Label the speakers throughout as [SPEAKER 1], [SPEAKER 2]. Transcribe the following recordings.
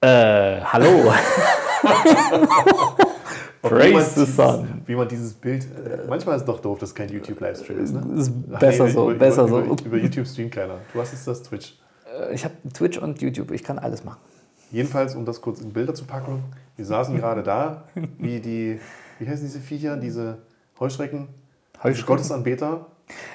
[SPEAKER 1] Äh, hallo.
[SPEAKER 2] Ob
[SPEAKER 1] Praise the
[SPEAKER 2] dieses,
[SPEAKER 1] sun.
[SPEAKER 2] Wie man dieses Bild. Äh, manchmal ist es doch doof, dass es kein YouTube-Livestream ist, ne?
[SPEAKER 1] Ist besser so,
[SPEAKER 2] über,
[SPEAKER 1] besser
[SPEAKER 2] über,
[SPEAKER 1] so.
[SPEAKER 2] Über, über YouTube stream kleiner. Du hast jetzt das Twitch.
[SPEAKER 1] Äh, Ich habe Twitch und YouTube, ich kann alles machen.
[SPEAKER 2] Jedenfalls, um das kurz in Bilder zu packen, wir saßen gerade da, wie die, wie heißen diese Viecher, diese Heuschrecken? Diese
[SPEAKER 1] Heuschrecken?
[SPEAKER 2] Gottesanbeter.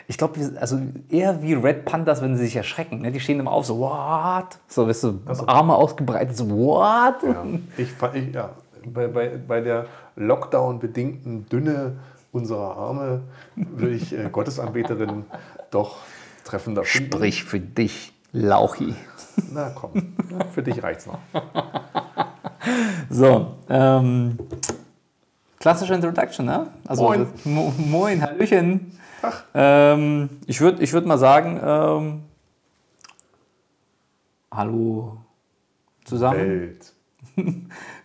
[SPEAKER 1] Ich glaube, also eher wie Red Pandas, wenn sie sich erschrecken. Ne? Die stehen immer auf, so, what? So, weißt du, Arme ausgebreitet, so, what?
[SPEAKER 2] Ja. Ich, fa- ich, ja, bei, bei, bei der Lockdown-bedingten Dünne unserer Arme würde ich äh, Gottesanbeterin doch treffender finden.
[SPEAKER 1] Sprich für dich, Lauchi.
[SPEAKER 2] Na komm, für dich reicht's noch.
[SPEAKER 1] So, ähm, klassische Introduction, ne? Also,
[SPEAKER 2] Moin.
[SPEAKER 1] Mo moin Hallöchen.
[SPEAKER 2] Ach.
[SPEAKER 1] Ähm, ich würde ich würd mal sagen, ähm, hallo zusammen.
[SPEAKER 2] Welt.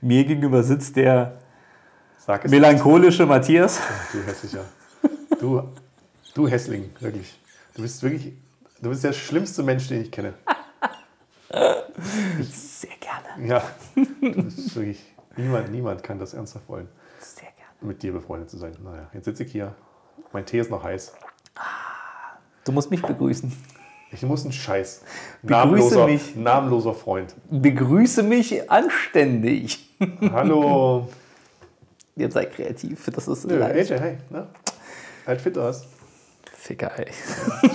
[SPEAKER 1] Mir gegenüber sitzt der
[SPEAKER 2] Sag es
[SPEAKER 1] melancholische Matthias.
[SPEAKER 2] nicht, du hässlicher. Du, du Hässling, wirklich. Du bist wirklich, du bist der schlimmste Mensch, den ich kenne.
[SPEAKER 1] Sehr gerne,
[SPEAKER 2] Ja, du bist wirklich, niemand, niemand kann das ernsthaft wollen,
[SPEAKER 1] sehr gerne.
[SPEAKER 2] mit dir befreundet zu sein. Naja, jetzt sitze ich hier, mein Tee ist noch heiß.
[SPEAKER 1] Du musst mich begrüßen.
[SPEAKER 2] Ich muss einen Scheiß.
[SPEAKER 1] Begrüße
[SPEAKER 2] Namenloser,
[SPEAKER 1] mich.
[SPEAKER 2] namenloser Freund.
[SPEAKER 1] Begrüße mich anständig.
[SPEAKER 2] Hallo.
[SPEAKER 1] Jetzt sei kreativ, das ist
[SPEAKER 2] Nö,
[SPEAKER 1] leicht.
[SPEAKER 2] AJ, hey. Na? Halt fit aus.
[SPEAKER 1] Ficker, ey.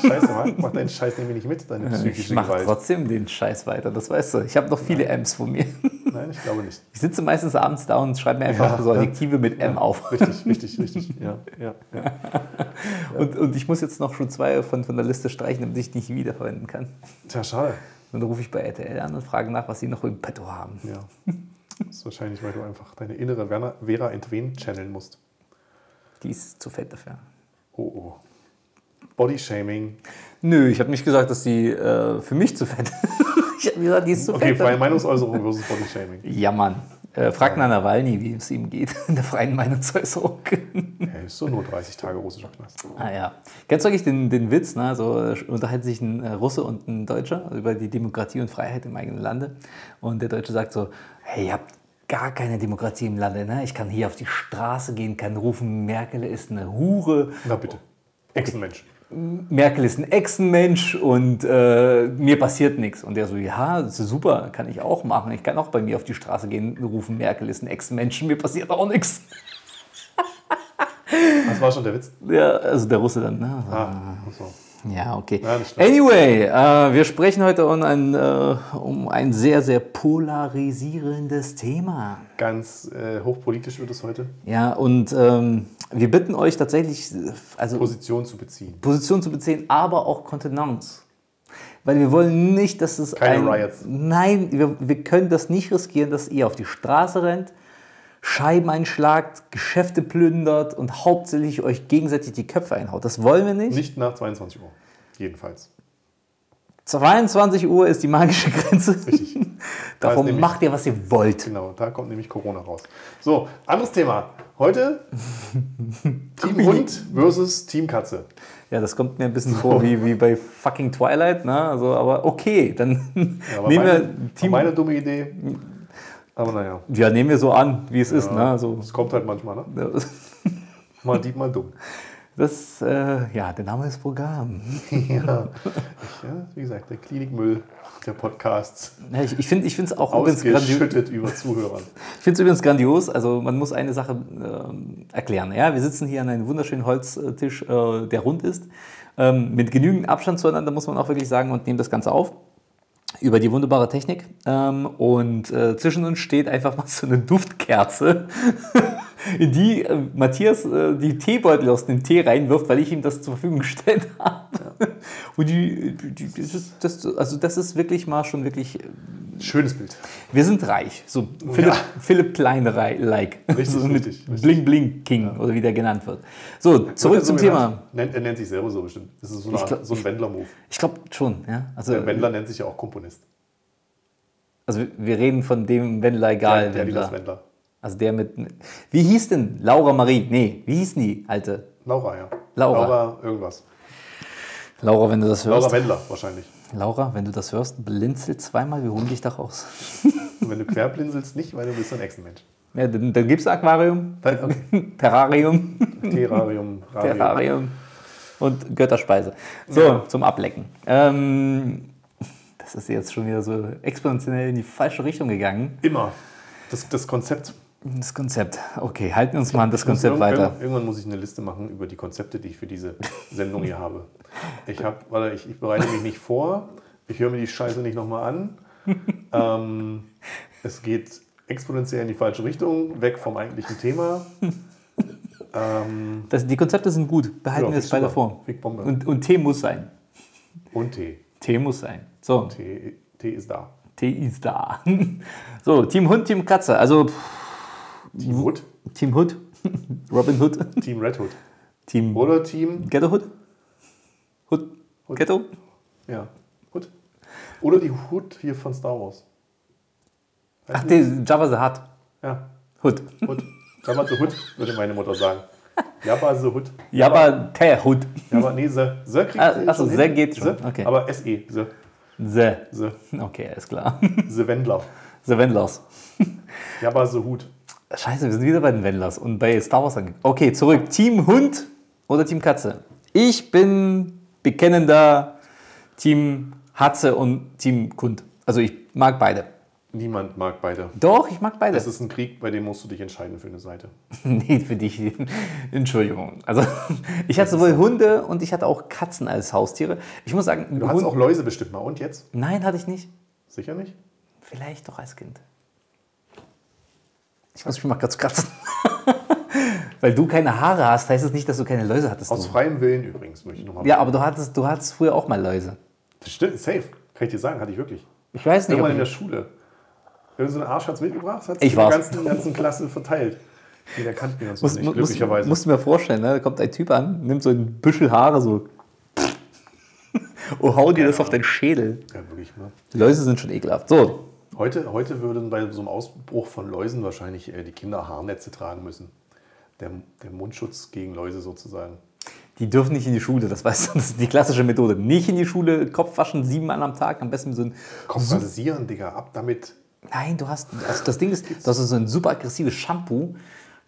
[SPEAKER 2] Scheiße, Mann. Mach deinen Scheiß nämlich nicht mit, deine
[SPEAKER 1] Ich
[SPEAKER 2] psychische
[SPEAKER 1] mache
[SPEAKER 2] Gewalt.
[SPEAKER 1] trotzdem den Scheiß weiter, das weißt du. Ich habe noch viele M's von mir.
[SPEAKER 2] Nein, ich glaube nicht.
[SPEAKER 1] Ich sitze meistens abends da und schreibe mir einfach
[SPEAKER 2] Ja.
[SPEAKER 1] so Adjektive mit M auf.
[SPEAKER 2] Richtig, richtig, richtig. Ja, ja, ja.
[SPEAKER 1] Und, und ich muss jetzt noch schon zwei von, von der Liste streichen, damit ich die nicht wiederverwenden kann.
[SPEAKER 2] Tja, schade.
[SPEAKER 1] Dann rufe ich bei RTL an und frage nach, was sie noch im Petto haben.
[SPEAKER 2] Ja. Das ist wahrscheinlich, weil du einfach deine innere Werner, Vera entwen channeln musst.
[SPEAKER 1] Die ist zu fett dafür.
[SPEAKER 2] Oh, oh. Bodyshaming.
[SPEAKER 1] Nö, ich habe nicht gesagt, dass die äh, für mich zu fett ist. Ich habe gesagt, die ist zu
[SPEAKER 2] Okay,
[SPEAKER 1] fett.
[SPEAKER 2] freie Meinungsäußerung versus Bodyshaming.
[SPEAKER 1] Ja, Mann. Äh, frag nach Nawalny, wie es ihm geht in der freien Meinungsäußerung.
[SPEAKER 2] Er ist so nur 30 Tage russischer Knast.
[SPEAKER 1] ah ja. Kennst du eigentlich den, den Witz, ne? so äh, unterhalten sich ein äh, Russe und ein Deutscher über die Demokratie und Freiheit im eigenen Lande. Und der Deutsche sagt so, hey, ihr habt gar keine Demokratie im Lande. Ne? Ich kann hier auf die Straße gehen, kann rufen, Merkel ist eine Hure.
[SPEAKER 2] Na bitte. Echsenmensch.
[SPEAKER 1] Merkel ist ein Echsenmensch und äh, mir passiert nichts. Und der so, ja, das ist super, kann ich auch machen. Ich kann auch bei mir auf die Straße gehen und rufen, Merkel ist ein Echsenmensch, mir passiert auch nichts.
[SPEAKER 2] Das war schon der Witz.
[SPEAKER 1] Ja, also der Russe dann, ne?
[SPEAKER 2] Ah, so.
[SPEAKER 1] Ja, okay.
[SPEAKER 2] Ja, das stimmt.
[SPEAKER 1] anyway, äh, wir sprechen heute um ein, äh, um ein sehr, sehr polarisierendes Thema.
[SPEAKER 2] Ganz äh, hochpolitisch wird es heute.
[SPEAKER 1] Ja, und ähm, wir bitten euch tatsächlich, äh, also
[SPEAKER 2] Position zu beziehen.
[SPEAKER 1] Position zu beziehen, aber auch Kontenance. Weil wir wollen nicht, dass es
[SPEAKER 2] Keine
[SPEAKER 1] ein,
[SPEAKER 2] Riots.
[SPEAKER 1] Nein, wir, wir können das nicht riskieren, dass ihr auf die Straße rennt, Scheiben einschlagt, Geschäfte plündert und hauptsächlich euch gegenseitig die Köpfe einhaut. Das wollen wir nicht.
[SPEAKER 2] Nicht nach 22 Uhr. Jedenfalls.
[SPEAKER 1] 22 Uhr ist die magische Grenze.
[SPEAKER 2] Richtig. Da ist
[SPEAKER 1] Davon
[SPEAKER 2] nämlich-
[SPEAKER 1] macht ihr, was ihr wollt.
[SPEAKER 2] Genau, da kommt nämlich Corona raus. So, anderes Thema. Heute Team Hund versus Team Katze.
[SPEAKER 1] Ja, das kommt mir ein bisschen vor wie, wie bei fucking Twilight, ne? Also, aber okay, dann
[SPEAKER 2] Ja, aber
[SPEAKER 1] nehmen
[SPEAKER 2] meine,
[SPEAKER 1] wir Team.
[SPEAKER 2] Meine dumme Idee. Aber naja,
[SPEAKER 1] ja, nehmen wir so an, wie es ist, ne? Also,
[SPEAKER 2] es kommt halt manchmal, ne? Mal dieb, mal dumm.
[SPEAKER 1] Das, äh, ja, der Name ist Programm.
[SPEAKER 2] Ja. Ich, ja, wie gesagt, der Klinikmüll der Podcasts.
[SPEAKER 1] Ja, ich ich finde es auch übrigens, grandio
[SPEAKER 2] Ausgeschüttet über Zuhörern.
[SPEAKER 1] ich find's übrigens grandios. Also man muss eine Sache ähm, erklären. Ja, wir sitzen hier an einem wunderschönen Holztisch, äh, der rund ist. Ähm, mit genügend Abstand zueinander muss man auch wirklich sagen und nehmen das Ganze auf. Über die wunderbare Technik. Ähm, und äh, zwischen uns steht einfach mal so eine Duftkerze, in die äh, Matthias äh, die Teebeutel aus dem Tee reinwirft, weil ich ihm das zur Verfügung gestellt habe. Und die, die, die, das, das, also das ist wirklich mal schon wirklich
[SPEAKER 2] Schönes Bild.
[SPEAKER 1] wir sind reich, so Philipp, Philipp Klein rei- like.
[SPEAKER 2] Richtig,
[SPEAKER 1] so mit
[SPEAKER 2] richtig, richtig.
[SPEAKER 1] Bling Bling King oder wie der genannt wird. So, zurück
[SPEAKER 2] Wird er so
[SPEAKER 1] zum
[SPEAKER 2] genannt?
[SPEAKER 1] Thema.
[SPEAKER 2] Nennt, er nennt sich selber so bestimmt. Das ist so, eine,
[SPEAKER 1] Ich glaub- Äh,
[SPEAKER 2] so ein Wendler-Move.
[SPEAKER 1] Ich glaube schon, ja. Also,
[SPEAKER 2] Der Wendler nennt sich ja auch Komponist.
[SPEAKER 1] also wir reden von dem Wendler egal,
[SPEAKER 2] der, der Wendler.
[SPEAKER 1] Wendler.
[SPEAKER 2] Wendler.
[SPEAKER 1] Also der mit. Wie hieß denn? Laura Marie. Nee, wie hieß denn die, Alte?
[SPEAKER 2] Laura, ja.
[SPEAKER 1] Laura.
[SPEAKER 2] irgendwas.
[SPEAKER 1] Laura, wenn du das hörst.
[SPEAKER 2] Laura Wendler wahrscheinlich.
[SPEAKER 1] Laura, wenn du das hörst, blinzel zweimal, wir holen dich da raus.
[SPEAKER 2] Und wenn du querblinzelst, nicht, weil du bist ein Echsenmensch.
[SPEAKER 1] Ja, dann, dann gibt's Aquarium,
[SPEAKER 2] Dann, okay.
[SPEAKER 1] Terrarium,
[SPEAKER 2] Terrarium, Rarium.
[SPEAKER 1] Terrarium und Götterspeise. So,
[SPEAKER 2] Ja.
[SPEAKER 1] zum Ablecken. Ähm, das ist jetzt schon wieder so exponentiell in die falsche Richtung gegangen.
[SPEAKER 2] Immer. Das, das Konzept.
[SPEAKER 1] Das Konzept. Okay, halten wir uns mal an das Konzept
[SPEAKER 2] Irgendwann-
[SPEAKER 1] weiter.
[SPEAKER 2] Irgendwann muss ich eine Liste machen über die Konzepte, die ich für diese Sendung hier habe. Ich, hab, warte, ich, ich bereite mich nicht vor, ich höre mir die Scheiße nicht nochmal an. ähm, es geht exponentiell in die falsche Richtung, weg vom eigentlichen Thema. ähm,
[SPEAKER 1] Das, die Konzepte sind gut. Behalten wir
[SPEAKER 2] ja, fick
[SPEAKER 1] es beide
[SPEAKER 2] super.
[SPEAKER 1] vor.
[SPEAKER 2] Fick Bombe. Und,
[SPEAKER 1] Und, und Tee muss sein.
[SPEAKER 2] Tee.
[SPEAKER 1] Tee muss sein. So,
[SPEAKER 2] Tee. Tee ist da.
[SPEAKER 1] Tee ist da. So, Team Hund, Team Katze. Also pff,
[SPEAKER 2] Team Hood,
[SPEAKER 1] Team Hood, Robin Hood,
[SPEAKER 2] Team Red Hood.
[SPEAKER 1] Team
[SPEAKER 2] Oder Team,
[SPEAKER 1] Ghetto Hood. Hood,
[SPEAKER 2] Hood.
[SPEAKER 1] Ghetto.
[SPEAKER 2] ja, Hood. Oder die Hood hier von Star Wars.
[SPEAKER 1] Ach, die Java the Hutt.
[SPEAKER 2] Ja,
[SPEAKER 1] Hood.
[SPEAKER 2] Hood. Jabba the Hood, würde meine Mutter sagen. Jabba the Hood.
[SPEAKER 1] Java the Hood.
[SPEAKER 2] Jabba, nee, the. The kriegt
[SPEAKER 1] Ah,
[SPEAKER 2] sie
[SPEAKER 1] ach so,
[SPEAKER 2] schon
[SPEAKER 1] the
[SPEAKER 2] hin.
[SPEAKER 1] geht schon,
[SPEAKER 2] The,
[SPEAKER 1] okay.
[SPEAKER 2] Aber E, SE, the,
[SPEAKER 1] The.
[SPEAKER 2] the,
[SPEAKER 1] Okay, alles klar.
[SPEAKER 2] the Wendler.
[SPEAKER 1] The Wendlers.
[SPEAKER 2] Jabba the Hood.
[SPEAKER 1] Scheiße, wir sind wieder bei den Wendlers und bei Star Wars angekommen. Okay, zurück. Team Hund oder Team Katze? Ich bin bekennender Team Hatze und Team Kund. Also ich mag beide.
[SPEAKER 2] Niemand mag beide.
[SPEAKER 1] Doch, ich mag beide.
[SPEAKER 2] Das ist ein Krieg, bei dem musst du dich entscheiden für eine Seite.
[SPEAKER 1] Nee, für dich. Entschuldigung. Also ich hatte sowohl Hunde und ich hatte auch Katzen als Haustiere. Ich muss sagen,
[SPEAKER 2] Du hast auch Läuse bestimmt mal. Und jetzt?
[SPEAKER 1] nein, hatte ich nicht.
[SPEAKER 2] Sicher nicht?
[SPEAKER 1] Vielleicht doch als Kind. Ich muss mich mal kurz kratzen. Weil du keine Haare hast, heißt es das nicht, dass du keine Läuse hattest.
[SPEAKER 2] Aus
[SPEAKER 1] du.
[SPEAKER 2] freiem Willen übrigens, möchte ich nochmal
[SPEAKER 1] Ja, aber du hattest, du hattest früher auch mal Läuse.
[SPEAKER 2] Das stimmt, safe. Kann ich dir sagen, hatte ich wirklich.
[SPEAKER 1] Ich weiß nicht.
[SPEAKER 2] Irgendwann in
[SPEAKER 1] Ob
[SPEAKER 2] der
[SPEAKER 1] ich,
[SPEAKER 2] Schule. Irgend so ein Arsch hat es mitgebracht, hat es
[SPEAKER 1] Ich
[SPEAKER 2] in der
[SPEAKER 1] war's.
[SPEAKER 2] ganzen, ganzen Klasse verteilt. Jeder kannte uns noch
[SPEAKER 1] muss, muss,
[SPEAKER 2] nicht,
[SPEAKER 1] muss,
[SPEAKER 2] glücklicherweise.
[SPEAKER 1] musst du mir vorstellen, ne? da kommt ein Typ an, nimmt so ein Büschel Haare so. oh, hau dir das auf deinen Schädel.
[SPEAKER 2] ja, wirklich ne? mal.
[SPEAKER 1] Läuse sind schon ekelhaft. So,
[SPEAKER 2] Heute, heute würden bei so einem Ausbruch von Läusen wahrscheinlich äh, die Kinder Haarnetze tragen müssen. Der, der Mundschutz gegen Läuse sozusagen.
[SPEAKER 1] die dürfen nicht in die Schule, das weißt du, das ist die klassische Methode. Nicht in die Schule, Kopf waschen, siebenmal am Tag, am besten so ein.
[SPEAKER 2] Komm, rasieren, Digga, ab damit.
[SPEAKER 1] Nein, du hast. Also das Ding ist, das ist so ein super aggressives Shampoo,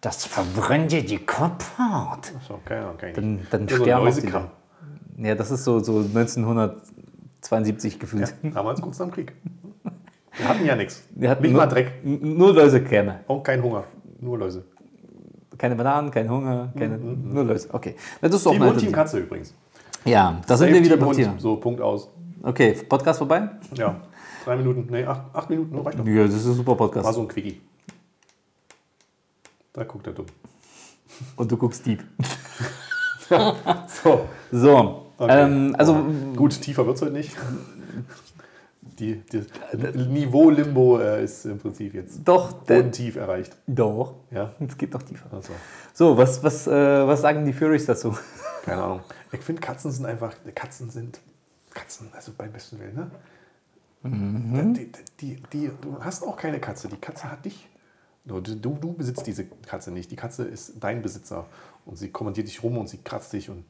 [SPEAKER 1] das verbrennt dir die Kopfhaut.
[SPEAKER 2] Ach So, keine Ahnung, kann ich
[SPEAKER 1] Dann,
[SPEAKER 2] nicht. Also
[SPEAKER 1] dann
[SPEAKER 2] Nur so ein
[SPEAKER 1] sterben auch die.
[SPEAKER 2] Läusekamm.
[SPEAKER 1] Ja, das ist so, so 1972 gefühlt.
[SPEAKER 2] Damals kurz nach dem Krieg. Wir hatten ja nichts.
[SPEAKER 1] Wir hatten
[SPEAKER 2] Nicht
[SPEAKER 1] nur,
[SPEAKER 2] mal Dreck.
[SPEAKER 1] n- Nur Läusekräme.
[SPEAKER 2] Auch kein Hunger. Nur Läuse.
[SPEAKER 1] Keine Bananen, kein Hunger, keine, nur Läuse. Okay. Na, Das ist doch
[SPEAKER 2] Mhm, Team
[SPEAKER 1] eine
[SPEAKER 2] Hund, Team
[SPEAKER 1] Alternative.
[SPEAKER 2] Katze übrigens.
[SPEAKER 1] Ja, da sind
[SPEAKER 2] Safe
[SPEAKER 1] wir wieder
[SPEAKER 2] Team
[SPEAKER 1] bei
[SPEAKER 2] Hund.
[SPEAKER 1] dir.
[SPEAKER 2] So, Punkt aus.
[SPEAKER 1] Okay, Podcast vorbei?
[SPEAKER 2] Ja. Drei Minuten, nee, acht, acht Minuten, nur reicht noch.
[SPEAKER 1] Ja, das ist ein super
[SPEAKER 2] War
[SPEAKER 1] Podcast.
[SPEAKER 2] so ein Quickie. Da guckt er dumm.
[SPEAKER 1] Und du guckst deep.
[SPEAKER 2] So.
[SPEAKER 1] So,
[SPEAKER 2] Okay.
[SPEAKER 1] ähm, also
[SPEAKER 2] Gut, tiefer wird es heute nicht. Die, die Niveau Limbo äh, ist im Prinzip jetzt
[SPEAKER 1] doch, der,
[SPEAKER 2] bodentief erreicht.
[SPEAKER 1] doch.
[SPEAKER 2] Ja,
[SPEAKER 1] Es geht noch tiefer.
[SPEAKER 2] also,
[SPEAKER 1] So, was, was, äh, was sagen die Furies dazu?
[SPEAKER 2] keine Ahnung. Ich finde, Katzen sind einfach, Katzen sind, Katzen, also beim besten Willen, ne? Die, die, die, die, du hast auch keine Katze, die Katze hat dich. Nur Du, du, du besitzt diese Katze nicht. Die Katze ist dein Besitzer und sie kommandiert dich rum und sie kratzt dich und,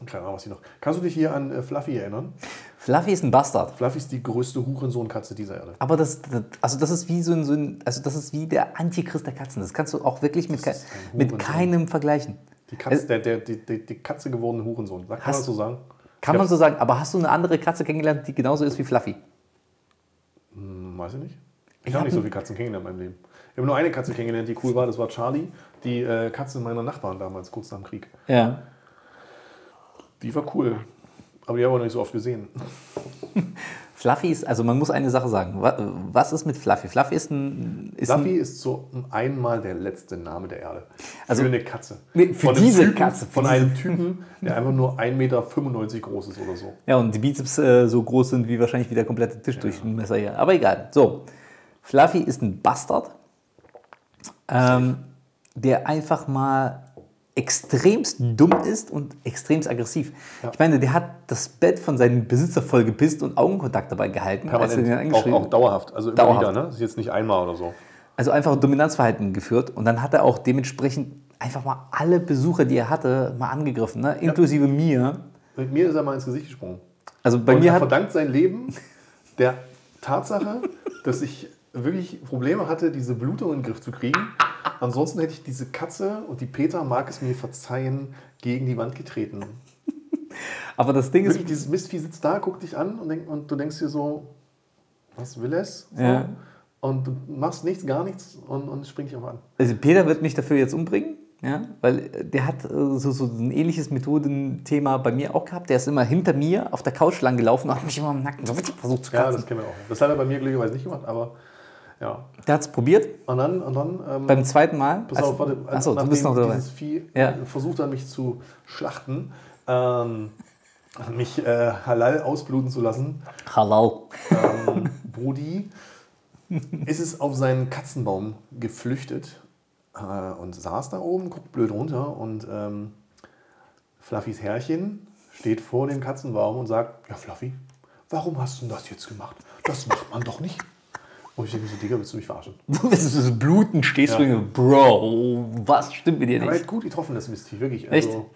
[SPEAKER 2] und keine Ahnung, was sie noch. Kannst du dich hier an äh, Fluffy erinnern?
[SPEAKER 1] Fluffy ist ein Bastard.
[SPEAKER 2] Fluffy ist die größte Hurensohn-Katze dieser Erde.
[SPEAKER 1] Aber das, das, also das ist wie so ein, so ein, also das ist wie der Antichrist der Katzen. Das kannst du auch wirklich mit,
[SPEAKER 2] Das
[SPEAKER 1] kei-
[SPEAKER 2] ist ein
[SPEAKER 1] mit
[SPEAKER 2] Hurensohn.
[SPEAKER 1] keinem vergleichen.
[SPEAKER 2] Die Katze, der, der, die, die, die Katze gewordene Hurensohn. Sagt man
[SPEAKER 1] Äh, Hast-
[SPEAKER 2] das so sagen?
[SPEAKER 1] Kann
[SPEAKER 2] Ja.
[SPEAKER 1] man so sagen, aber hast du eine andere Katze kennengelernt, die genauso ist wie Fluffy?
[SPEAKER 2] Hm, weiß ich nicht.
[SPEAKER 1] Ich
[SPEAKER 2] Ich habe
[SPEAKER 1] hab
[SPEAKER 2] nicht so viele Katzen kennengelernt in meinem Leben. Ich habe nur eine Katze kennengelernt, die cool war. Das war Charlie, die äh, Katze meiner Nachbarn damals, kurz nach dem Krieg.
[SPEAKER 1] Ja.
[SPEAKER 2] Die war cool. Aber die habe ich noch nicht so oft gesehen.
[SPEAKER 1] Fluffy ist, also man muss eine Sache sagen. Wa- Was ist mit Fluffy? Fluffy ist ein. Ist
[SPEAKER 2] Fluffy ist so einmal der letzte Name der Erde.
[SPEAKER 1] Also-
[SPEAKER 2] für eine Katze.
[SPEAKER 1] Nee, für
[SPEAKER 2] einem
[SPEAKER 1] diese
[SPEAKER 2] Typen,
[SPEAKER 1] Katze, für
[SPEAKER 2] Von einem Typen, der einfach nur 1,95 Meter groß ist oder so.
[SPEAKER 1] Ein, ja, und die Bizeps äh, so groß sind wie wahrscheinlich wie der komplette Tisch durch ein Messer hier. Aber egal. So. Fluffy ist ein Bastard, ähm, der einfach mal extremst dumm ist und extremst aggressiv. Ich meine, der hat das Bett von seinem Besitzer voll gepisst und Augenkontakt dabei gehalten, als er den
[SPEAKER 2] Auch,
[SPEAKER 1] angeschrieben
[SPEAKER 2] auch dauerhaft. Also immer
[SPEAKER 1] Dauerhaft.
[SPEAKER 2] wieder, ne? Das ist jetzt nicht einmal oder so.
[SPEAKER 1] Also einfach Dominanzverhalten geführt und dann hat er auch dementsprechend einfach mal alle Besucher, die er hatte, mal angegriffen, ne? inklusive mir.
[SPEAKER 2] Mit mir ist er mal ins Gesicht gesprungen.
[SPEAKER 1] Also bei
[SPEAKER 2] und
[SPEAKER 1] mir
[SPEAKER 2] er
[SPEAKER 1] hat.
[SPEAKER 2] verdankt sein Leben der Tatsache, dass ich wirklich Probleme hatte, diese Blutung in den Griff zu kriegen. Ansonsten hätte ich diese Katze und die Peter mag es mir verzeihen, gegen die Wand getreten.
[SPEAKER 1] Aber das Ding ist,
[SPEAKER 2] Wirklich, dieses Mistvieh sitzt da, guckt dich an und, denk, und du denkst dir so, was will es? So.
[SPEAKER 1] Ja.
[SPEAKER 2] Und du machst nichts, gar nichts und, und es springt dich auch an.
[SPEAKER 1] Also Peter wird mich dafür jetzt umbringen, ja, weil äh, der hat äh, so, so ein ähnliches Methodenthema bei mir auch gehabt. Der ist immer hinter mir auf der Couch lang gelaufen und hat mich immer am Nacken so versucht zu
[SPEAKER 2] Ja,
[SPEAKER 1] kratzen.
[SPEAKER 2] das kennen wir auch. Das hat er bei mir glücklicherweise nicht gemacht, aber ja.
[SPEAKER 1] der hat es probiert
[SPEAKER 2] Und dann, und dann ähm,
[SPEAKER 1] beim zweiten Mal.
[SPEAKER 2] Pass auf, warte.
[SPEAKER 1] Achso, Also, du
[SPEAKER 2] nachdem
[SPEAKER 1] bist noch dabei.
[SPEAKER 2] Dieses Vieh äh,
[SPEAKER 1] Ja.
[SPEAKER 2] versucht an mich zu schlachten, ähm, mich äh, halal ausbluten zu lassen.
[SPEAKER 1] Halal.
[SPEAKER 2] Ähm, Brudi ist es auf seinen Katzenbaum geflüchtet äh, und saß da oben, guckt blöd runter und ähm, Fluffys Herrchen steht vor dem Katzenbaum und sagt, ja Fluffy, warum hast du denn das jetzt gemacht? Das macht man doch nicht. Und ich denke so, Digga, willst du mich verarschen?
[SPEAKER 1] Das ist das Bluten, stehst du
[SPEAKER 2] Ja.
[SPEAKER 1] mir, Bro, was stimmt mit dir
[SPEAKER 2] Aber er
[SPEAKER 1] nicht?
[SPEAKER 2] hat gut getroffen, das Mistvieh, wirklich.
[SPEAKER 1] Echt?
[SPEAKER 2] Also,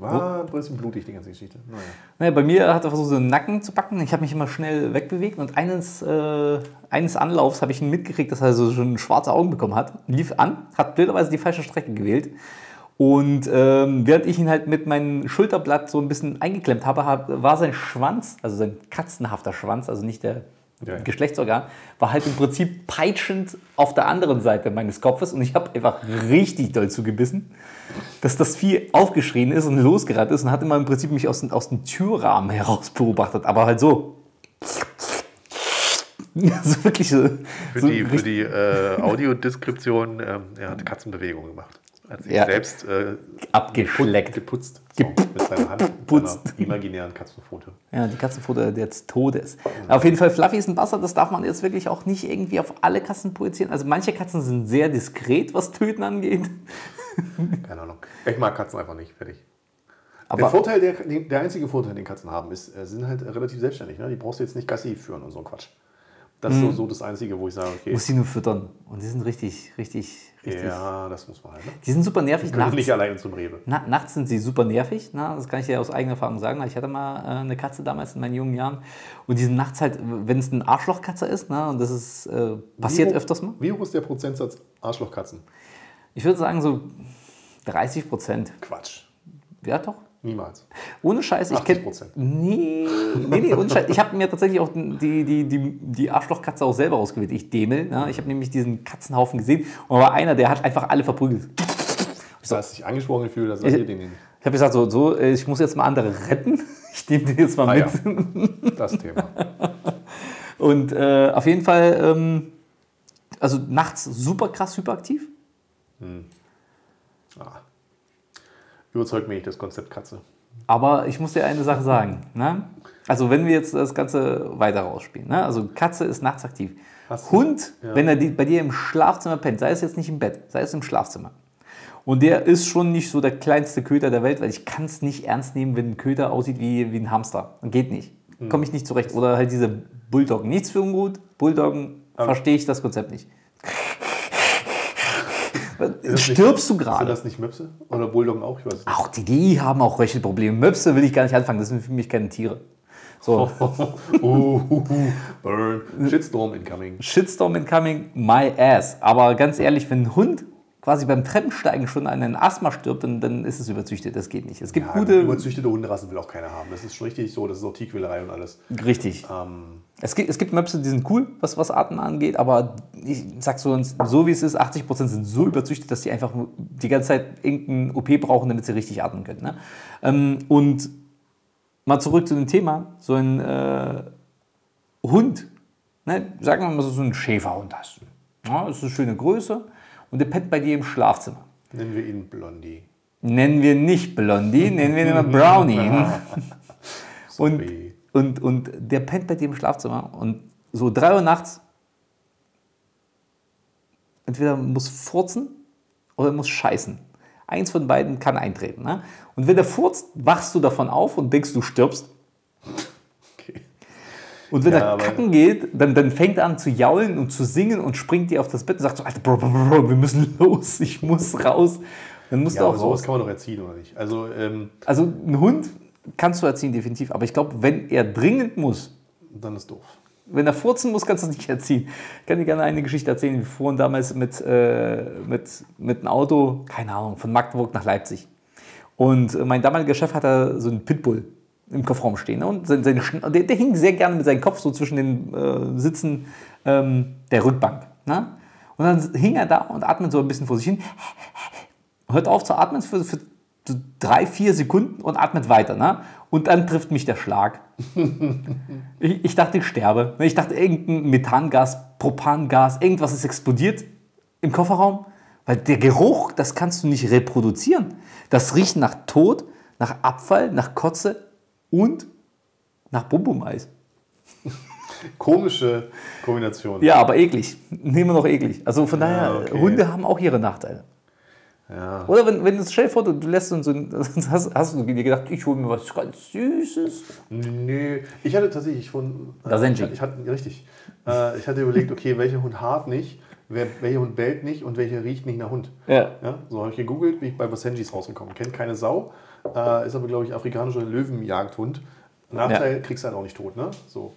[SPEAKER 2] war ein bisschen blutig, die ganze Geschichte. Naja.
[SPEAKER 1] Naja, bei mir hat er versucht, so einen Nacken zu packen. Ich habe mich immer schnell wegbewegt und eines, äh, eines Anlaufs habe ich ihn mitgekriegt, dass er so schon schwarze Augen bekommen hat. Lief an, hat blöderweise die falsche Strecke gewählt. Und ähm, während ich ihn halt mit meinem Schulterblatt so ein bisschen eingeklemmt habe, hab, war sein Schwanz, also sein katzenhafter Schwanz, also nicht der
[SPEAKER 2] Ja, ja.
[SPEAKER 1] Geschlechtsorgan, war halt im Prinzip peitschend auf der anderen Seite meines Kopfes und ich habe einfach richtig doll zugebissen dass das Vieh aufgeschrien ist und losgerannt ist und hat immer im Prinzip mich aus, den, aus dem Türrahmen heraus beobachtet, aber halt so. So wirklich so.
[SPEAKER 2] Für
[SPEAKER 1] so
[SPEAKER 2] die, für
[SPEAKER 1] richtig-
[SPEAKER 2] die äh, Audiodeskription, ähm, er hat Katzenbewegungen gemacht. Hat sich
[SPEAKER 1] Ja.
[SPEAKER 2] selbst äh,
[SPEAKER 1] Abgeschleckt.
[SPEAKER 2] geputzt. So, mit seiner Hand, mit
[SPEAKER 1] Geputzt.
[SPEAKER 2] seiner imaginären Katzenpfote.
[SPEAKER 1] Ja, die Katzenfutter des Todes.
[SPEAKER 2] Mhm.
[SPEAKER 1] Auf jeden Fall, Fluffy ist ein Bastard, das darf man jetzt wirklich auch nicht irgendwie auf alle Katzen projizieren. Also manche Katzen sind sehr diskret, was Töten angeht.
[SPEAKER 2] Keine Ahnung. Ich mag Katzen einfach nicht, fertig. der
[SPEAKER 1] Aber
[SPEAKER 2] Vorteil, der, den- der einzige Vorteil, den Katzen haben, ist, äh, sie sind halt relativ selbstständig. Ne? Die brauchst du jetzt nicht Gassi führen und so ein Quatsch. Das ist so, so das Einzige, wo ich sage, okay,
[SPEAKER 1] Mhm. muss sie nur füttern. Und die sind richtig, richtig, richtig.
[SPEAKER 2] ja, das muss man halt. Ne?
[SPEAKER 1] Die sind super nervig.
[SPEAKER 2] Können
[SPEAKER 1] nachts.
[SPEAKER 2] nicht alleine zum Rewe.
[SPEAKER 1] Na, nachts sind sie super nervig, na, das kann ich dir aus eigener Erfahrung sagen. Ich hatte mal äh, eine Katze damals in meinen jungen Jahren und die sind nachts halt, wenn es eine Arschlochkatze ist, na, und das ist äh, passiert
[SPEAKER 2] Wie hoch-
[SPEAKER 1] öfters mal.
[SPEAKER 2] Wie hoch ist der Prozentsatz Arschlochkatzen?
[SPEAKER 1] Ich würde sagen so 30 Prozent.
[SPEAKER 2] Quatsch.
[SPEAKER 1] Ja doch.
[SPEAKER 2] Niemals.
[SPEAKER 1] Ohne Scheiß, ich kenne.
[SPEAKER 2] 80%.
[SPEAKER 1] Nee, nee, nee, ohne Scheiß. Ich habe mir tatsächlich auch die, die, die, die Arschlochkatze auch selber ausgewählt, ich Demel. Na. Ich habe nämlich diesen Katzenhaufen gesehen und da war einer, der hat einfach alle verprügelt.
[SPEAKER 2] Du hast dich angesprochen gefühlt, das ihr den
[SPEAKER 1] Ich habe gesagt, so, so, äh, ich muss jetzt mal andere retten. Ich nehme den jetzt mal
[SPEAKER 2] Ah,
[SPEAKER 1] mit.
[SPEAKER 2] ja. Das Thema.
[SPEAKER 1] Und äh, auf jeden Fall, ähm, also nachts super krass hyperaktiv.
[SPEAKER 2] Ah. Überzeugt mich nicht das Konzept Katze.
[SPEAKER 1] Aber ich muss dir eine Sache sagen. Ne? Also wenn wir jetzt das Ganze weiter rausspielen. Ne? Also Katze ist nachts aktiv.
[SPEAKER 2] Hast du-
[SPEAKER 1] Hund,
[SPEAKER 2] ja.
[SPEAKER 1] wenn er die, bei dir im Schlafzimmer pennt, sei es jetzt nicht im Bett, sei es im Schlafzimmer. Und der ist schon nicht so der kleinste Köter der Welt, weil ich kann es nicht ernst nehmen, wenn ein Köter aussieht wie, wie ein Hamster. Geht nicht.
[SPEAKER 2] Hm.
[SPEAKER 1] Komme ich nicht zurecht. Oder halt diese Bulldoggen. Nichts für ungut. Bulldoggen verstehe ich das Konzept nicht.
[SPEAKER 2] das nicht-
[SPEAKER 1] Stirbst du
[SPEAKER 2] Sind
[SPEAKER 1] gerade?
[SPEAKER 2] das nicht Möpse? Oder Bulldoggen auch? Ich weiß es nicht.
[SPEAKER 1] Auch die, die haben auch Röchelprobleme. Möpse will ich gar nicht anfangen, das sind für mich keine Tiere. So,
[SPEAKER 2] Uh, uh, uh, burn. Shitstorm incoming.
[SPEAKER 1] Shitstorm incoming, my ass. Aber ganz ehrlich, wenn ein Hund quasi beim Treppensteigen schon an einem Asthma stirbt, dann, dann ist es überzüchtet. Das geht nicht. Es gibt
[SPEAKER 2] Ja,
[SPEAKER 1] gute.
[SPEAKER 2] Überzüchtete Hunderassen will auch keiner haben. Das ist schon richtig so. Das ist auch Tierquälerei und alles.
[SPEAKER 1] Richtig.
[SPEAKER 2] Ähm,
[SPEAKER 1] Es gibt, es gibt Möpse, die sind cool, was, was Arten angeht, aber ich sag so, so wie es ist, 80% sind so überzüchtet, dass die einfach die ganze Zeit irgendeinen OP brauchen, damit sie richtig atmen können. Ne? Ähm, und mal zurück zu dem Thema, so ein äh, Hund, ne? sagen wir mal so so einen Schäferhund hast du. Ja, das ist eine schöne Größe und der pennt bei dir im Schlafzimmer.
[SPEAKER 2] nennen wir ihn Blondie.
[SPEAKER 1] Nennen wir nicht Blondie, nennen wir ihn immer Brownie. Und,
[SPEAKER 2] Sorry.
[SPEAKER 1] und, und der pennt bei dir im Schlafzimmer und so 3 Uhr nachts entweder muss furzen oder muss scheißen. Eins von beiden kann eintreten. Ne? Und wenn der furzt, wachst du davon auf und denkst, du stirbst.
[SPEAKER 2] Okay.
[SPEAKER 1] Und wenn
[SPEAKER 2] Ja,
[SPEAKER 1] er
[SPEAKER 2] aber-
[SPEAKER 1] kacken geht, dann, dann fängt er an zu jaulen und zu singen und springt dir auf das Bett und sagt so, Alter, bro, bro, bro, wir müssen los, ich muss raus. Dann musst
[SPEAKER 2] Ja,
[SPEAKER 1] du auch
[SPEAKER 2] aber sowas
[SPEAKER 1] raus.
[SPEAKER 2] kann man doch erziehen, oder nicht? Also, ähm,
[SPEAKER 1] Also ein Hund kannst du erziehen, definitiv. Aber ich glaube, wenn er dringend muss,
[SPEAKER 2] Dann ist doof.
[SPEAKER 1] wenn er furzen muss, kannst du es nicht erziehen. Ich kann dir gerne eine Geschichte erzählen. Wir fuhren damals mit, äh, mit, mit einem Auto, keine Ahnung, von Magdeburg nach Leipzig. Und äh, mein damaliger Chef hatte so einen Pitbull im Kofferraum stehen. Ne? Und sein, sein, Schn- der, der hing sehr gerne mit seinem Kopf so zwischen den äh, Sitzen ähm, der Rückbank. Ne? Und dann hing er da und atmet so ein bisschen vor sich hin hört auf zu atmen für, für so drei, vier Sekunden und atmet weiter. Ne? Und dann trifft mich der Schlag. ich, ich dachte, ich sterbe. Ich dachte, irgendein Methangas, Propangas, irgendwas ist explodiert im Kofferraum. Weil der Geruch, das kannst du nicht reproduzieren. Das riecht nach Tod, nach Abfall, nach Kotze und nach Bumbumeis.
[SPEAKER 2] Komische Kombination.
[SPEAKER 1] Ja, aber eklig. Immer noch eklig. Also von daher,
[SPEAKER 2] Ah, okay.
[SPEAKER 1] Hunde haben auch ihre Nachteile.
[SPEAKER 2] Ja.
[SPEAKER 1] Oder wenn, wenn du es schnell vor, du, du lässt so, so ein- hast, hast du dir gedacht, ich hole mir was ganz Süßes.
[SPEAKER 2] Nee, ich hatte tatsächlich von.
[SPEAKER 1] Da sind
[SPEAKER 2] ich,
[SPEAKER 1] sie.
[SPEAKER 2] ich hatte, richtig. Äh, ich hatte überlegt, okay, welcher Hund hart nicht, wer, welcher Hund bellt nicht und welcher riecht nicht nach Hund.
[SPEAKER 1] Ja.
[SPEAKER 2] Ja, so habe ich gegoogelt, bin ich bei Basenjis rausgekommen. Kennt keine Sau, äh, ist aber, glaube ich, afrikanischer Löwenjagdhund. Nachteil, kriegst du halt auch nicht tot, ne? So.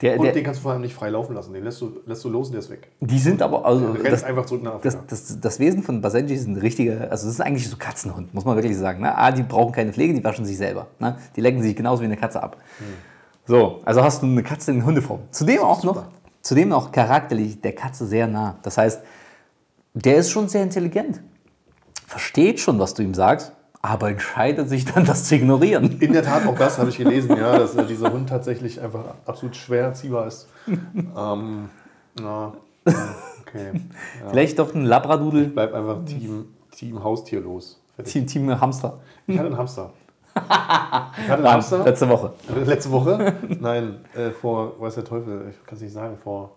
[SPEAKER 1] Der,
[SPEAKER 2] Und
[SPEAKER 1] der,
[SPEAKER 2] den kannst du vor allem nicht frei laufen lassen. Den lässt du, lässt du los und der ist weg.
[SPEAKER 1] die sind aber, also
[SPEAKER 2] Du rennst
[SPEAKER 1] das,
[SPEAKER 2] einfach zurück nach Afrika.
[SPEAKER 1] das, das, das Wesen von Basenji ist ein richtiger, also das ist eigentlich so Katzenhund, muss man wirklich sagen. Ne? A, die brauchen keine Pflege, die waschen sich selber. Ne? Die lecken sich genauso wie eine Katze ab.
[SPEAKER 2] Hm.
[SPEAKER 1] So, also hast du eine Katze in Hundeform. Zudem auch noch, zudem auch charakterlich der Katze sehr nah. Das heißt, der ist schon sehr intelligent, versteht schon, was du ihm sagst, aber entscheidet sich dann, das zu ignorieren.
[SPEAKER 2] In der Tat, auch das habe ich gelesen, ja, dass äh, dieser Hund tatsächlich einfach absolut schwer erziehbar ist. Ähm, na, ja, okay.
[SPEAKER 1] Vielleicht doch ein Labradudel,
[SPEAKER 2] Bleib einfach Team, Team Haustier los. Fertig.
[SPEAKER 1] Team, Team Hamster.
[SPEAKER 2] Ich hatte einen Hamster. Ich hatte einen
[SPEAKER 1] Mann,
[SPEAKER 2] Hamster.
[SPEAKER 1] letzte Woche.
[SPEAKER 2] Äh, Letzte Woche? Nein, äh, vor, weiß der Teufel, ich kann es nicht sagen, vor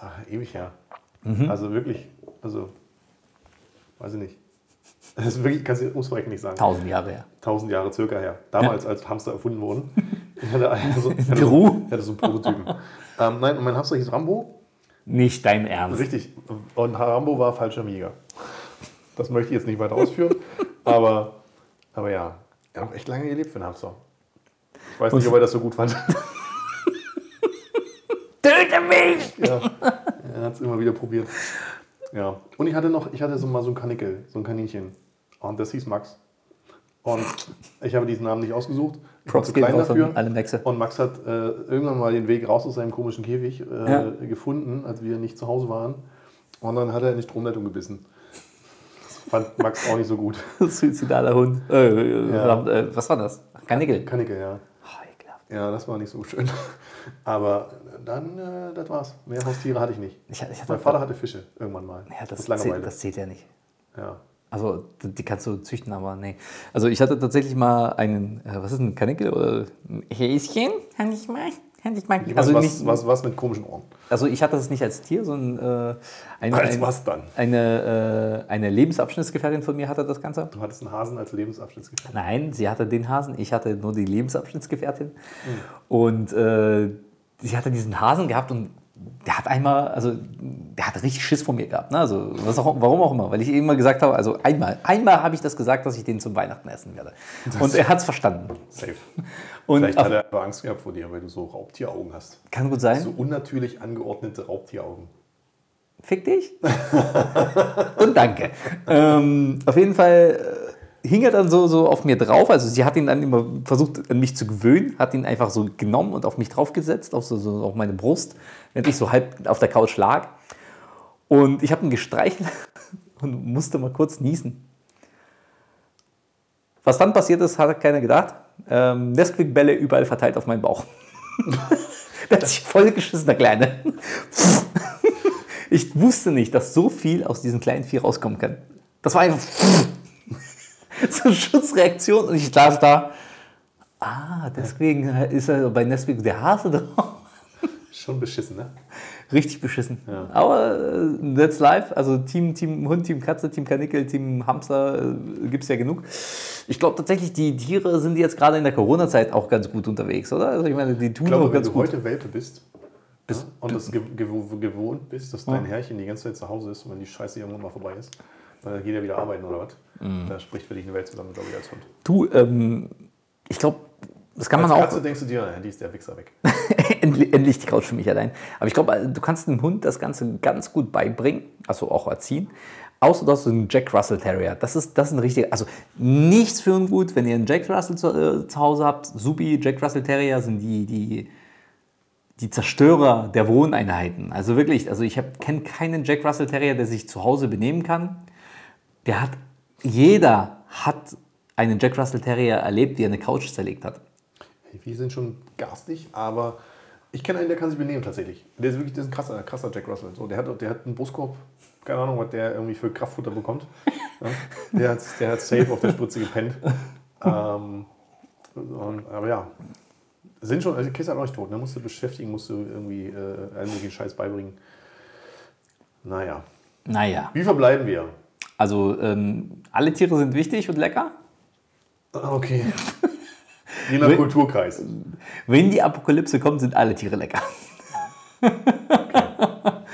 [SPEAKER 2] ah, ewig her.
[SPEAKER 1] Mhm.
[SPEAKER 2] Also wirklich, also, weiß ich nicht. Das ist wirklich, kannst du ums Verrecken nicht sagen.
[SPEAKER 1] Tausend Jahre her.
[SPEAKER 2] Tausend Jahre circa her. Damals, als Hamster erfunden wurden. Ich hatte, einen- so, ich hatte,
[SPEAKER 1] Peru?
[SPEAKER 2] So, ich hatte so einen Prototypen. ähm, nein, und mein Hamster hieß Rambo.
[SPEAKER 1] Nicht dein Ernst.
[SPEAKER 2] Richtig. Und Rambo war falscher Jäger. Das möchte ich jetzt nicht weiter ausführen. aber, aber ja, er hat auch echt lange gelebt für einen Hamster. Ich weiß nicht, ob er das so gut fand.
[SPEAKER 1] Töte mich!
[SPEAKER 2] ja. Er hat es immer wieder probiert. Ja. Und ich hatte noch, ich hatte so mal so ein Kanickel, so ein Kaninchen. Und das hieß Max. Und ich habe diesen Namen nicht ausgesucht. Ich war
[SPEAKER 1] Props
[SPEAKER 2] zu
[SPEAKER 1] gehen
[SPEAKER 2] klein
[SPEAKER 1] raus
[SPEAKER 2] dafür.
[SPEAKER 1] an alle Maxe.
[SPEAKER 2] Und Max hat äh, irgendwann mal den Weg raus aus seinem komischen Käfig äh,
[SPEAKER 1] Ja.
[SPEAKER 2] gefunden, als wir nicht zu Hause waren. Und dann hat er in die Stromleitung gebissen. Das fand Max auch nicht so gut.
[SPEAKER 1] Suizidaler Hund. Äh, äh,
[SPEAKER 2] Ja.
[SPEAKER 1] Ram- äh, was war das? Kanickel.
[SPEAKER 2] Kanickel, ja.
[SPEAKER 1] Oh, ekelhaft.
[SPEAKER 2] Ja, das war nicht so schön. Aber dann, äh, das war's. Mehr Haustiere hatte ich nicht.
[SPEAKER 1] Ich, hatte- ich hatte,
[SPEAKER 2] Mein Vater hatte Fische irgendwann mal.
[SPEAKER 1] ja, das,
[SPEAKER 2] Aus
[SPEAKER 1] zählt, das zählt ja nicht.
[SPEAKER 2] Ja.
[SPEAKER 1] Also, d- die kannst du züchten, aber nee. Also, ich hatte tatsächlich mal einen, äh, was ist ein Kanickel oder ein Häschen? Kann ich mal? Kann ich mal?
[SPEAKER 2] Also
[SPEAKER 1] Also,
[SPEAKER 2] was,
[SPEAKER 1] nicht,
[SPEAKER 2] was, was mit komischen Ohren?
[SPEAKER 1] also, ich hatte das nicht als Tier, sondern äh, ein,
[SPEAKER 2] Als
[SPEAKER 1] ein,
[SPEAKER 2] was dann?
[SPEAKER 1] eine, äh, eine Lebensabschnittsgefährtin von mir hatte das Ganze.
[SPEAKER 2] Du hattest einen Hasen als Lebensabschnittsgefährten.
[SPEAKER 1] Nein, sie hatte den Hasen, ich hatte nur die Lebensabschnittsgefährtin.
[SPEAKER 2] Mhm.
[SPEAKER 1] Und äh, sie hatte diesen Hasen gehabt und der hat einmal, also der hat richtig Schiss vor mir gehabt. Ne? Also, was auch, warum auch immer, weil ich eben mal gesagt habe, also einmal, einmal habe ich das gesagt, dass ich den zum Weihnachten essen werde. und er hat es verstanden.
[SPEAKER 2] Safe.
[SPEAKER 1] Und
[SPEAKER 2] Vielleicht hat er aber Angst gehabt vor dir, weil du so Raubtieraugen hast.
[SPEAKER 1] kann gut sein.
[SPEAKER 2] So unnatürlich angeordnete Raubtieraugen.
[SPEAKER 1] Fick dich. Und danke. Ähm, auf jeden Fall äh, hing er dann so, so auf mir drauf. Also sie hat ihn dann immer versucht, an mich zu gewöhnen, hat ihn einfach so genommen und auf mich draufgesetzt, auf, so, so, auf meine Brust, während ich so halb auf der Couch lag. Und ich habe ihn gestreichelt und musste mal kurz niesen. Was dann passiert ist, hat keiner gedacht. Ähm, Nesquik-Bälle überall verteilt auf meinen Bauch. Der hat sich voll geschissen, der Kleine. Ich wusste nicht, dass so viel aus diesem kleinen Vieh rauskommen kann. Das war einfach so eine Schutzreaktion und ich saß da. Ah, deswegen ist er bei Nesquik der Hase drauf.
[SPEAKER 2] Schon beschissen, ne?
[SPEAKER 1] Richtig beschissen. Aber äh, that's life. Also Team, Team Hund, Team Katze, Team Kanickel, Team Hamster äh, gibt es ja genug. Ich glaube tatsächlich, die Tiere sind jetzt gerade in der Corona-Zeit auch ganz gut unterwegs, oder? Also ich meine, die tun
[SPEAKER 2] Ich glaube,
[SPEAKER 1] auch
[SPEAKER 2] wenn
[SPEAKER 1] ganz
[SPEAKER 2] du
[SPEAKER 1] gut.
[SPEAKER 2] heute Welpe bist ja, und das gew- gew- gewohnt bist, dass dein Herrchen die ganze Zeit zu Hause ist und wenn die Scheiße irgendwann mal vorbei ist,
[SPEAKER 1] Mhm.
[SPEAKER 2] dann geht er wieder arbeiten oder was? Da spricht für dich eine Welt zusammen, glaube ich, als Hund.
[SPEAKER 1] Du, ähm, Ich glaube, das kann
[SPEAKER 2] Als
[SPEAKER 1] man auch.
[SPEAKER 2] Katze denkst du dir, ja, die ist der Wichser weg.
[SPEAKER 1] endlich, endlich die Couch für mich allein. Aber ich glaube, du kannst dem Hund das Ganze ganz gut beibringen, also auch erziehen. Außer du hast so einen Jack Russell Terrier. Das ist, das ist ein richtiger, also nichts für ihn gut, wenn ihr einen Jack Russell zu, äh, zu Hause habt. Supi, Jack Russell Terrier sind die, die, die Zerstörer der Wohneinheiten. Also wirklich, also ich kenne keinen Jack Russell Terrier, der sich zu Hause benehmen kann. Der hat, jeder hat einen Jack Russell Terrier erlebt, der eine Couch zerlegt hat.
[SPEAKER 2] Die sind schon garstig, aber ich kenne einen, der kann sich benehmen tatsächlich. Der ist wirklich der ist ein krasser, krasser Jack Russell. So, der, hat, der hat einen Brustkorb, keine Ahnung, was der irgendwie für Kraftfutter bekommt. Ja, der, hat, der hat safe auf der Spritze gepennt. Ähm, und, aber ja, sind schon, also Kiss hat auch nicht tot. Ne? Musst du beschäftigen, musst du irgendwie äh, allen möglichen Scheiß beibringen. Naja,
[SPEAKER 1] Naja.
[SPEAKER 2] wie verbleiben wir?
[SPEAKER 1] Also ähm, alle Tiere sind wichtig und lecker.
[SPEAKER 2] Okay. Je nach Kulturkreis.
[SPEAKER 1] Wenn die Apokalypse kommt, sind alle Tiere lecker.
[SPEAKER 2] Das war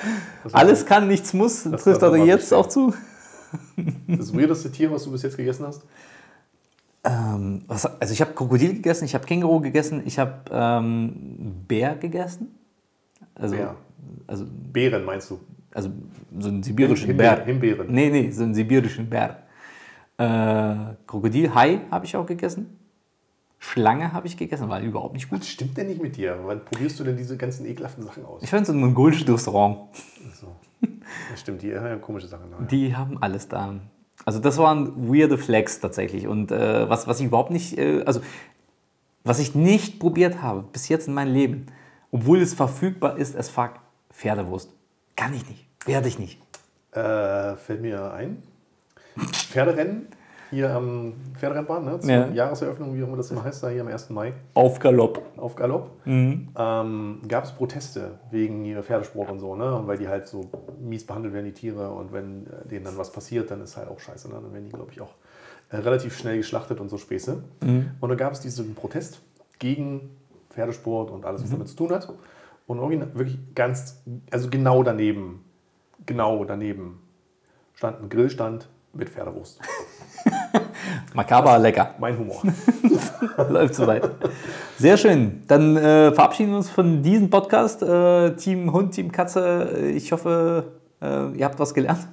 [SPEAKER 1] Alles kann, nichts muss. trifft
[SPEAKER 2] war
[SPEAKER 1] also
[SPEAKER 2] nochmal
[SPEAKER 1] jetzt
[SPEAKER 2] wichtig.
[SPEAKER 1] auch zu.
[SPEAKER 2] Das weirdeste Tier, was du bis jetzt gegessen hast?
[SPEAKER 1] Ähm, was, also ich habe Krokodil gegessen, ich habe Känguru gegessen, ich habe ähm, Bär gegessen. Also,
[SPEAKER 2] Bär.
[SPEAKER 1] also,
[SPEAKER 2] Beeren meinst du?
[SPEAKER 1] also so einen sibirischen
[SPEAKER 2] Himbeer-
[SPEAKER 1] Bär.
[SPEAKER 2] Himbeeren.
[SPEAKER 1] Nee, nee, so einen sibirischen Bär. Äh, Krokodil, Hai habe ich auch gegessen. Schlange habe ich gegessen, war überhaupt nicht gut.
[SPEAKER 2] Was stimmt denn nicht mit dir? Wann probierst du denn diese ganzen ekelhaften Sachen aus?
[SPEAKER 1] Ich fand so ein mongolisches Restaurant.
[SPEAKER 2] So. Das stimmt, die haben ja komische Sachen. Naja.
[SPEAKER 1] Die haben alles da. Also das waren weirde Flex tatsächlich. Und äh, was, was ich überhaupt nicht, äh, also was ich nicht probiert habe bis jetzt in meinem Leben, obwohl es verfügbar ist, es fuck, Pferdewurst. Kann ich nicht. Werde ich nicht.
[SPEAKER 2] Äh, fällt mir ein. Pferderennen hier am Pferderennbahn, ne? Zur
[SPEAKER 1] Ja.
[SPEAKER 2] Jahreseröffnung, wie auch immer das immer heißt, da hier am 1. Mai
[SPEAKER 1] Auf Galopp.
[SPEAKER 2] auf Galopp. Ähm, Gab es Proteste wegen ihrer Pferdesport und so, ne? Weil die halt so mies behandelt werden, die Tiere. Und wenn äh, denen dann was passiert, dann ist halt auch scheiße. Ne? Dann werden die, glaube ich, auch äh, relativ schnell geschlachtet und so Späße. Und da gab es diesen Protest gegen Pferdesport und alles, was damit zu tun hat. Und original, wirklich ganz, also genau daneben, genau daneben stand ein Grillstand mit Pferdewurst.
[SPEAKER 1] Makaber, lecker.
[SPEAKER 2] Mein Humor.
[SPEAKER 1] Läuft soweit. Sehr schön. Dann äh, verabschieden wir uns von diesem Podcast. Äh, Team Hund, Team Katze. Äh, Ich hoffe, äh, ihr habt was gelernt.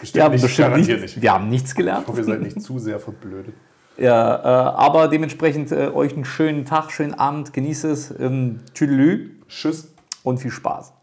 [SPEAKER 2] Bestimmt nicht, garantiert
[SPEAKER 1] nichts-
[SPEAKER 2] nicht.
[SPEAKER 1] Wir haben nichts gelernt.
[SPEAKER 2] Ich hoffe, ihr seid nicht zu sehr verblödet.
[SPEAKER 1] Ja, äh, aber dementsprechend äh, euch einen schönen Tag, schönen Abend, genießt es, ähm, tüdelü
[SPEAKER 2] Tschüss.
[SPEAKER 1] und viel Spaß.